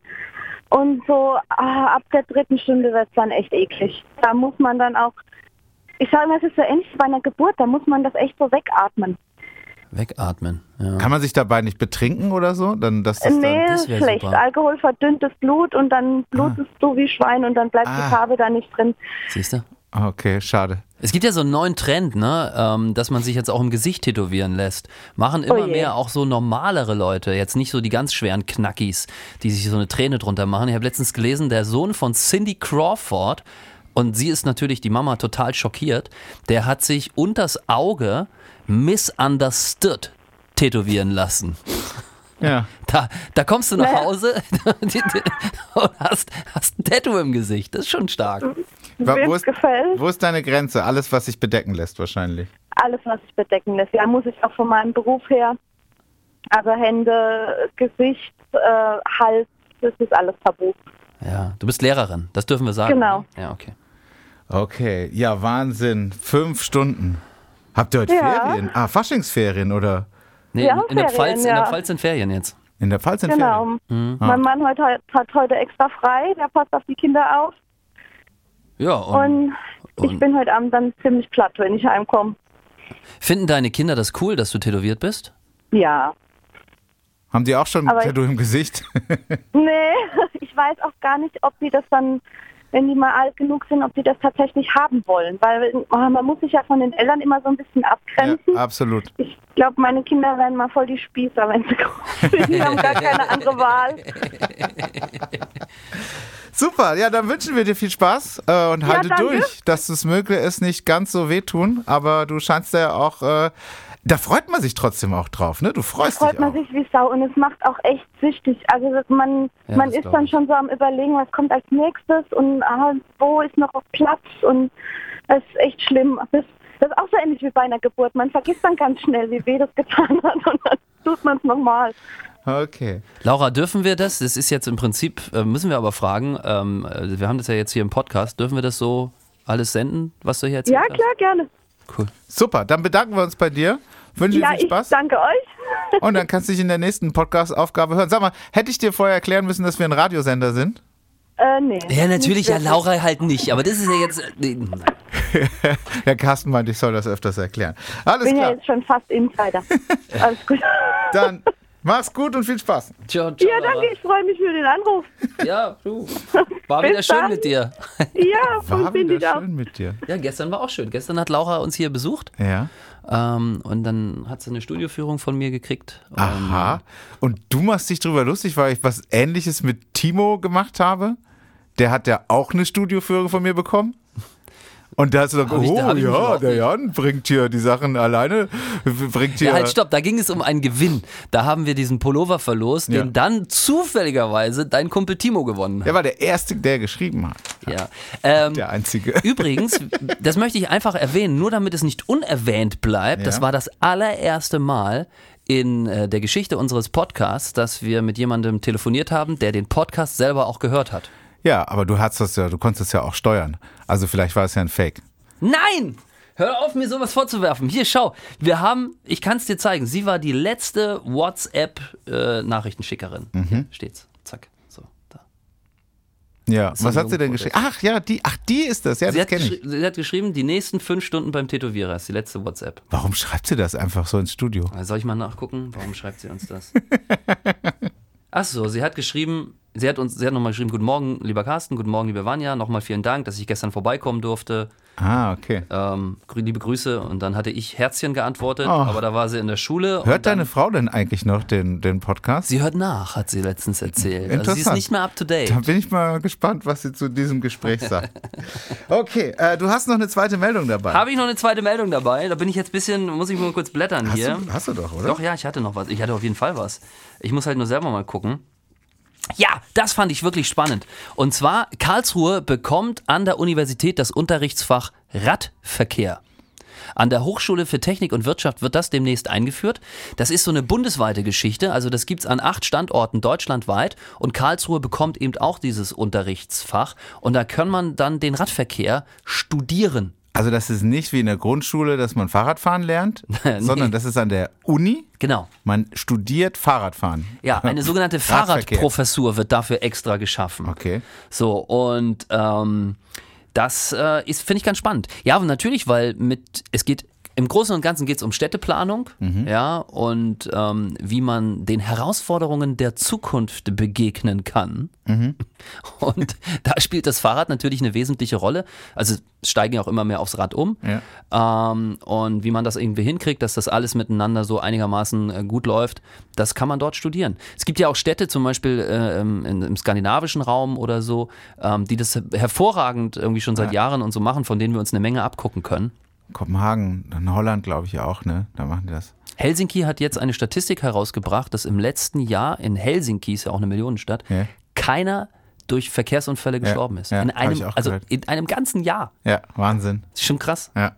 Speaker 5: Und so ah, ab der dritten Stunde wird es dann echt eklig. Da muss man dann auch, ich sage mal, es ist so ähnlich wie bei einer Geburt, da muss man das echt so wegatmen.
Speaker 2: Wegatmen. Ja.
Speaker 1: Kann man sich dabei nicht betrinken oder so? Dann dass das
Speaker 5: nee,
Speaker 1: dann,
Speaker 2: das wär
Speaker 5: schlecht.
Speaker 2: super. Ah.
Speaker 5: Alkohol verdünnt das Blut und dann blutest du wie Schwein und dann bleibt
Speaker 1: Ah.
Speaker 5: die Farbe da nicht drin.
Speaker 2: Siehst du?
Speaker 1: Okay, schade.
Speaker 2: Es gibt ja so einen neuen Trend, ne? Ähm, dass man sich jetzt auch im Gesicht tätowieren lässt. Machen immer
Speaker 5: Oh je.
Speaker 2: mehr auch so normalere Leute, jetzt nicht so die ganz schweren Knackis, die sich so eine Träne drunter machen. Ich habe letztens gelesen, der Sohn von Cindy Crawford, und sie ist natürlich die Mama total schockiert, der hat sich unters Auge misunderstood tätowieren lassen.
Speaker 1: Ja.
Speaker 2: Da, da kommst du nach Hause *laughs* und hast, hast ein Tattoo im Gesicht. Das ist schon stark.
Speaker 5: Mhm.
Speaker 1: Wa-
Speaker 5: Wem's gefällt.
Speaker 1: wo ist deine Grenze? Alles, was sich bedecken lässt, wahrscheinlich.
Speaker 5: alles, was ich bedecken lässt. Ja, muss ich auch von meinem Beruf her. Also Hände, Gesicht, äh, Hals, das ist alles tabu.
Speaker 2: Ja, du bist Lehrerin, das dürfen wir sagen.
Speaker 5: Genau.
Speaker 2: ne? Ja, okay.
Speaker 1: Okay, ja, Wahnsinn. Fünf Stunden. Habt ihr heute
Speaker 5: Ja.
Speaker 1: Ferien? Ah, Faschingsferien oder
Speaker 2: Nee,
Speaker 5: Wir
Speaker 2: in,
Speaker 5: haben
Speaker 2: in, der
Speaker 5: Ferien,
Speaker 2: Pfalz, in der
Speaker 5: ja.
Speaker 2: Pfalz sind Ferien jetzt.
Speaker 1: in der Pfalz sind
Speaker 5: Genau.
Speaker 1: Ferien?
Speaker 5: Mein Mann heute, hat heute extra frei, der passt auf die Kinder auf.
Speaker 2: Ja, und,
Speaker 5: Und, ich bin heute Abend dann ziemlich platt, wenn ich heimkomme.
Speaker 2: finden deine Kinder das cool, dass du tätowiert bist?
Speaker 5: Ja.
Speaker 1: Haben die auch schon ein
Speaker 5: Aber ich-
Speaker 1: Tattoo im Gesicht? *laughs*
Speaker 5: Nee, *laughs* ich weiß auch gar nicht, ob die das dann, wenn die mal alt genug sind, ob die das tatsächlich haben wollen. Weil oh, man muss sich ja von den Eltern immer so ein bisschen
Speaker 1: ja,
Speaker 5: abgrenzen.
Speaker 1: absolut.
Speaker 5: Ich glaube, meine Kinder werden mal voll die Spießer, wenn sie groß sind. *laughs* Die haben gar keine andere Wahl.
Speaker 1: Super, ja, dann wünschen wir dir viel Spaß äh, und halte
Speaker 5: danke.
Speaker 1: durch, dass es möge es nicht ganz so wehtun, aber du scheinst ja auch, äh, da freut man sich trotzdem auch drauf, ne? Du freust
Speaker 5: Freut
Speaker 1: dich
Speaker 5: man
Speaker 1: auch.
Speaker 5: sich wie Sau und es macht auch echt süchtig. Also dass man,
Speaker 2: Ja,
Speaker 5: man
Speaker 2: das
Speaker 5: ist
Speaker 2: glaub
Speaker 5: dann
Speaker 2: ich.
Speaker 5: schon so am überlegen, was kommt als nächstes und ah, wo ist noch Platz und es ist echt schlimm. Das, das ist auch so ähnlich wie bei einer Geburt. Man vergisst dann ganz schnell, wie weh das getan hat und dann tut man es nochmal.
Speaker 1: Okay.
Speaker 2: Laura, dürfen wir das? Das ist jetzt im Prinzip, äh, müssen wir aber fragen, ähm, äh, wir haben das ja jetzt hier im Podcast, dürfen wir das so alles senden, was du hier erzählt
Speaker 5: Ja,
Speaker 2: hast?
Speaker 5: klar, gerne.
Speaker 2: Cool.
Speaker 1: Super, dann bedanken wir uns bei dir, wünschen
Speaker 5: Ja,
Speaker 1: dir viel
Speaker 5: ich
Speaker 1: Spaß
Speaker 5: danke euch. *laughs*
Speaker 1: und dann kannst du dich in der nächsten Podcast-Aufgabe hören. Sag mal, hätte ich dir vorher erklären müssen, dass wir ein Radiosender sind?
Speaker 5: Äh, nee,
Speaker 2: Ja, natürlich,
Speaker 5: nicht
Speaker 2: ja,
Speaker 5: wirklich.
Speaker 2: Laura halt nicht, aber das ist ja jetzt. äh, Nee, nein.
Speaker 1: Herr Carsten meinte, ich soll das öfters erklären. Alles
Speaker 5: Ich bin ja
Speaker 1: klar,
Speaker 5: jetzt *laughs* schon fast Insider. Alles gut.
Speaker 1: dann mach's gut und viel Spaß.
Speaker 2: Ciao, ciao,
Speaker 5: Ja, danke, ich freue mich für den Anruf.
Speaker 2: Laura. Ja,
Speaker 5: *laughs*
Speaker 2: du. War
Speaker 5: Bis
Speaker 2: wieder schön
Speaker 5: dann.
Speaker 2: mit dir.
Speaker 5: Ja,
Speaker 1: War
Speaker 5: und bin
Speaker 1: wieder
Speaker 5: wieder.
Speaker 1: schön mit dir.
Speaker 2: Ja, gestern war auch schön. Gestern hat Laura uns hier besucht.
Speaker 1: Ja.
Speaker 2: Ähm, und dann hat sie eine Studioführung von mir gekriegt.
Speaker 1: Aha. Und du machst dich drüber lustig, weil ich was Ähnliches mit Timo gemacht habe. Der hat ja auch eine Studioführung von mir bekommen. Und da hast du
Speaker 2: Hab
Speaker 1: gesagt,
Speaker 2: ich-
Speaker 1: oh
Speaker 2: da hab ich mich
Speaker 1: ja,
Speaker 2: überhaupt
Speaker 1: der
Speaker 2: nicht-
Speaker 1: Jan bringt hier die Sachen alleine, bringt hier.
Speaker 2: Ja, halt, stopp, da ging es um einen Gewinn. Da haben wir diesen Pullover verlost, den
Speaker 1: Ja.
Speaker 2: dann zufälligerweise dein Kumpel Timo gewonnen hat.
Speaker 1: der war der Erste, der geschrieben hat.
Speaker 2: Ja. Ähm,
Speaker 1: Der Einzige. *laughs*
Speaker 2: Übrigens, das möchte ich einfach erwähnen, nur damit es nicht unerwähnt bleibt.
Speaker 1: Ja.
Speaker 2: Das war das allererste Mal in äh, der Geschichte unseres Podcasts, dass wir mit jemandem telefoniert haben, der den Podcast selber auch gehört hat.
Speaker 1: Ja, aber du hast das ja, du konntest das ja auch steuern. Also vielleicht war es ja ein Fake.
Speaker 2: Nein! Hör auf, mir sowas vorzuwerfen. Hier, schau. Wir haben, ich kann es dir zeigen, sie war die letzte WhatsApp-Nachrichtenschickerin.
Speaker 1: Mhm.
Speaker 2: Hier steht's. Zack. So, da.
Speaker 1: Ja, was hat sie denn
Speaker 2: Jungenfotos.
Speaker 1: geschrieben? Ach ja, die, ach, die ist das. Ja,
Speaker 2: Sie
Speaker 1: das
Speaker 2: hat,
Speaker 1: kenne ich.
Speaker 2: geschri- sie hat geschrieben, die nächsten fünf Stunden beim Tätowierer ist die letzte WhatsApp. Äh,
Speaker 1: Warum schreibt sie das einfach so ins Studio?
Speaker 2: Soll ich mal nachgucken? Warum schreibt sie
Speaker 1: *laughs*
Speaker 2: uns das? Ach so, sie hat geschrieben, sie hat uns, sie hat nochmal geschrieben, guten Morgen, lieber Carsten, guten Morgen, liebe Vanja, nochmal vielen Dank, dass ich gestern vorbeikommen durfte.
Speaker 1: Ah, okay.
Speaker 2: Ähm, grü- liebe Grüße. Und dann hatte ich Herzchen geantwortet,
Speaker 1: Oh.
Speaker 2: aber da war sie in der Schule. und
Speaker 1: Hört
Speaker 2: dann,
Speaker 1: deine Frau denn eigentlich noch den, den Podcast?
Speaker 2: Sie hört nach, hat sie letztens erzählt. Also sie ist
Speaker 1: Interessant.
Speaker 2: nicht mehr up to date.
Speaker 1: da bin ich mal gespannt, was sie zu diesem
Speaker 2: *laughs*
Speaker 1: Gespräch sagt. Okay, äh, du hast noch eine zweite Meldung dabei.
Speaker 2: Habe ich noch eine zweite Meldung dabei? Da bin ich jetzt ein bisschen, muss ich mal kurz blättern
Speaker 1: hast,
Speaker 2: hier.
Speaker 1: du, hast du doch, oder?
Speaker 2: Doch, ja, ich hatte noch was. Ich hatte auf jeden Fall was. Ich muss halt nur selber mal gucken. Ja, das fand ich wirklich spannend. Und zwar, Karlsruhe bekommt an der Universität das Unterrichtsfach Radverkehr. An der Hochschule für Technik und Wirtschaft wird das demnächst eingeführt. Das ist so eine bundesweite Geschichte. Also das gibt's an acht Standorten deutschlandweit. Und Karlsruhe bekommt eben auch dieses Unterrichtsfach. Und da kann man dann den Radverkehr studieren.
Speaker 1: Also das ist nicht wie in der Grundschule, dass man Fahrradfahren lernt,
Speaker 2: *laughs*
Speaker 1: sondern das ist an der Uni.
Speaker 2: Genau.
Speaker 1: Man studiert Fahrradfahren.
Speaker 2: Ja, eine
Speaker 1: *laughs*
Speaker 2: sogenannte
Speaker 1: Radverkehr.
Speaker 2: Fahrradprofessur wird dafür extra geschaffen.
Speaker 1: Okay.
Speaker 2: So, und ähm, das äh, ist, finde ich, ganz spannend. Ja, und natürlich, weil mit, es geht, im Großen und Ganzen geht es um Städteplanung, ja, und ähm, wie man den Herausforderungen der Zukunft begegnen kann. *laughs* Und da spielt das Fahrrad natürlich eine wesentliche Rolle. Also es steigen ja auch immer mehr aufs Rad um.
Speaker 1: Ja.
Speaker 2: Ähm, und wie man das irgendwie hinkriegt, dass das alles miteinander so einigermaßen äh, gut läuft, das kann man dort studieren. Es gibt ja auch Städte, zum Beispiel äh, im, in- im skandinavischen Raum oder so, ähm, die das hervorragend irgendwie schon seit Jahren und so machen, von denen wir uns eine Menge abgucken können.
Speaker 1: Kopenhagen, in Holland glaube ich auch, ne? Da machen die das.
Speaker 2: Helsinki hat jetzt eine Statistik herausgebracht, dass im letzten Jahr in Helsinki, ist ja auch eine Millionenstadt,
Speaker 1: Ja.
Speaker 2: keiner durch Verkehrsunfälle gestorben ist.
Speaker 1: ja,
Speaker 2: in
Speaker 1: hab ich
Speaker 2: einem,
Speaker 1: auch
Speaker 2: also
Speaker 1: gehört.
Speaker 2: in einem ganzen Jahr.
Speaker 1: Ja, Wahnsinn.
Speaker 2: Das ist schon krass.
Speaker 1: Ja.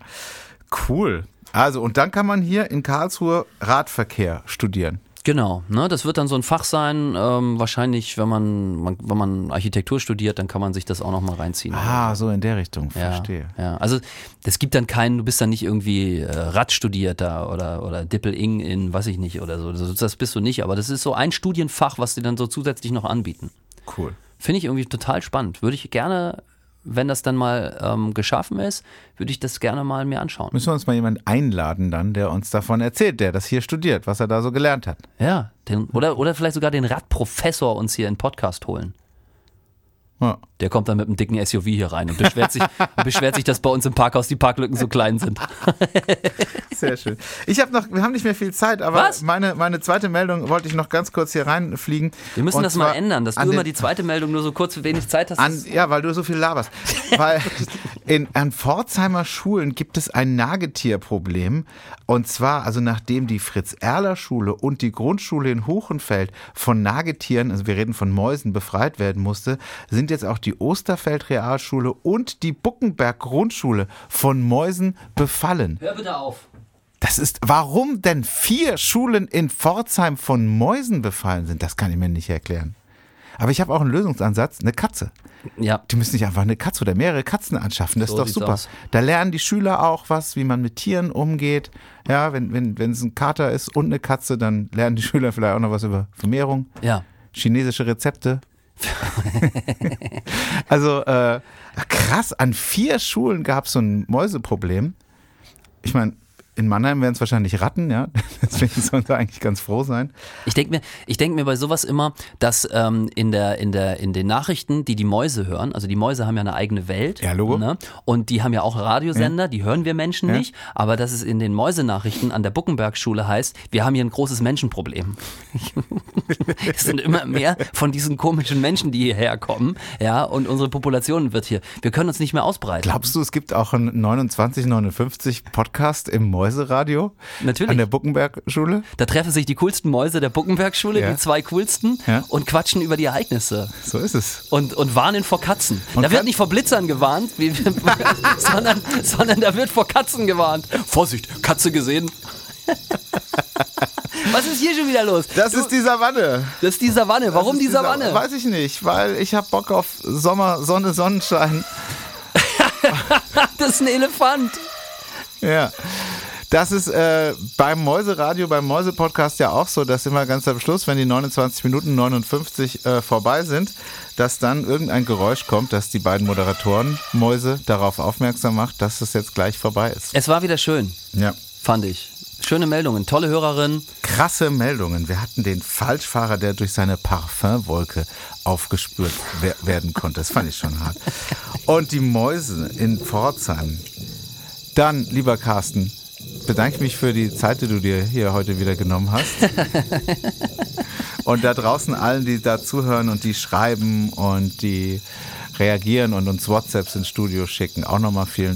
Speaker 1: Cool. Also, und dann kann man hier in Karlsruhe Radverkehr studieren.
Speaker 2: Genau, ne? das wird dann so ein Fach sein. Ähm, wahrscheinlich, wenn man, man, wenn man Architektur studiert, dann kann man sich das auch nochmal reinziehen.
Speaker 1: Ah, so in der Richtung,
Speaker 2: ja,
Speaker 1: verstehe.
Speaker 2: Ja. Also es gibt dann keinen, du bist dann nicht irgendwie äh, Radstudierter oder, oder Dippel-Ing in, weiß ich nicht, oder so. Das, das bist du nicht, aber das ist so ein Studienfach, was die dann so zusätzlich noch anbieten.
Speaker 1: Cool.
Speaker 2: Finde ich irgendwie total spannend. Würde ich gerne, wenn das dann mal ähm, geschaffen ist, würde ich das gerne mal mir anschauen.
Speaker 1: Müssen wir uns mal jemanden einladen dann, der uns davon erzählt, der das hier studiert, was er da so gelernt hat.
Speaker 2: Ja, den, oder, oder vielleicht sogar den Radprofessor uns hier in den Podcast holen.
Speaker 1: Ja.
Speaker 2: Der kommt dann mit einem dicken SUV hier rein und
Speaker 1: *laughs*
Speaker 2: beschwert sich, und beschwert sich, dass bei uns im Parkhaus die Parklücken so klein sind.
Speaker 1: Sehr schön. Ich habe noch, wir haben nicht mehr viel Zeit, aber
Speaker 2: Was?
Speaker 1: meine meine zweite Meldung wollte ich noch ganz kurz hier reinfliegen.
Speaker 2: Wir müssen
Speaker 1: Und
Speaker 2: das mal
Speaker 1: zwar
Speaker 2: ändern, dass du
Speaker 1: an
Speaker 2: immer
Speaker 1: den-
Speaker 2: die zweite Meldung nur so kurz wenig Zeit hast.
Speaker 1: An, ja, weil du so viel laberst. Weil in, an Pforzheimer Schulen gibt es ein Nagetierproblem. Und zwar, also nachdem die Fritz-Erler-Schule und die Grundschule in Hochenfeld von Nagetieren, also wir reden von Mäusen, befreit werden musste, sind jetzt auch die Osterfeld-Realschule und die Buckenberg-Grundschule von Mäusen befallen.
Speaker 2: Hör bitte auf.
Speaker 1: Das ist, warum denn vier Schulen in Pforzheim von Mäusen befallen sind, das kann ich mir nicht erklären. Aber ich habe auch einen Lösungsansatz, eine Katze.
Speaker 2: Ja,
Speaker 1: Die müssen nicht einfach eine Katze oder mehrere Katzen anschaffen. Das
Speaker 2: So
Speaker 1: ist doch
Speaker 2: sieht's
Speaker 1: super.
Speaker 2: aus.
Speaker 1: Da lernen die Schüler auch was, wie man mit Tieren umgeht. Ja, wenn, wenn, wenn es ein Kater ist und eine Katze, dann lernen die Schüler vielleicht auch noch was über Vermehrung,
Speaker 2: ja.
Speaker 1: chinesische
Speaker 2: *laughs*
Speaker 1: Rezepte. also äh, krass, an vier Schulen gab es so ein Mäuseproblem. Ich meine, in Mannheim wären es wahrscheinlich Ratten, ja. *laughs* Deswegen sollen sie eigentlich ganz froh sein.
Speaker 2: Ich denke mir, ich denk mir bei sowas immer, dass ähm, in, der, in, der, in den Nachrichten, die die Mäuse hören, also die Mäuse haben ja eine eigene Welt. ne?
Speaker 1: Ja, Logo.
Speaker 2: Und die haben ja auch Radiosender, die hören wir Menschen
Speaker 1: Ja.
Speaker 2: nicht. Aber dass es in den Mäusenachrichten an der Buckenberg-Schule heißt, wir haben hier ein großes Menschenproblem. *laughs* es sind immer mehr von diesen komischen Menschen, die hierher kommen. Ja, und unsere Population wird hier. Wir können uns nicht mehr ausbreiten.
Speaker 1: Glaubst du, es gibt auch einen 2959 Podcast im Mäuseradio?
Speaker 2: Natürlich.
Speaker 1: An der Buckenberg-Schule?
Speaker 2: Da treffen sich die coolsten Mäuse der Buckenberg-Schule,
Speaker 1: Ja.
Speaker 2: die zwei coolsten,
Speaker 1: Ja.
Speaker 2: und quatschen über die Ereignisse.
Speaker 1: So ist es.
Speaker 2: und, und warnen vor Katzen. da
Speaker 1: Kat-
Speaker 2: wird nicht vor Blitzern gewarnt, wie, *laughs* sondern, sondern da wird vor Katzen gewarnt. Vorsicht, Katze
Speaker 1: *laughs*
Speaker 2: gesehen. Was ist hier schon wieder los?
Speaker 1: Das ist die Savanne.
Speaker 2: Das ist die Savanne. Warum
Speaker 1: Das
Speaker 2: die
Speaker 1: ist
Speaker 2: Savanne?
Speaker 1: Weiß ich nicht, weil ich habe Bock auf Sommer, Sonne, Sonnenschein.
Speaker 2: Das ist ein Elefant.
Speaker 1: *laughs* Ja. Das ist äh, beim Mäuseradio, beim Mäusepodcast ja auch so, dass immer ganz am Schluss, wenn die 29 Minuten 59 äh, vorbei sind, dass dann irgendein Geräusch kommt, dass die beiden Moderatoren Mäuse darauf aufmerksam macht, dass es jetzt gleich vorbei ist.
Speaker 2: Es war wieder schön,
Speaker 1: Ja.
Speaker 2: fand ich. Schöne Meldungen, tolle Hörerin.
Speaker 1: Krasse Meldungen. Wir hatten den Falschfahrer, der durch seine Parfümwolke aufgespürt wer werden konnte. Das fand ich schon hart. Und die Mäuse in Pforzheim. Dann, lieber Carsten, bedanke ich mich für die Zeit, die du dir hier heute wieder genommen hast. Und da draußen allen, die da zuhören und die schreiben und die reagieren und uns WhatsApps ins Studio schicken, auch nochmal vielen Dank.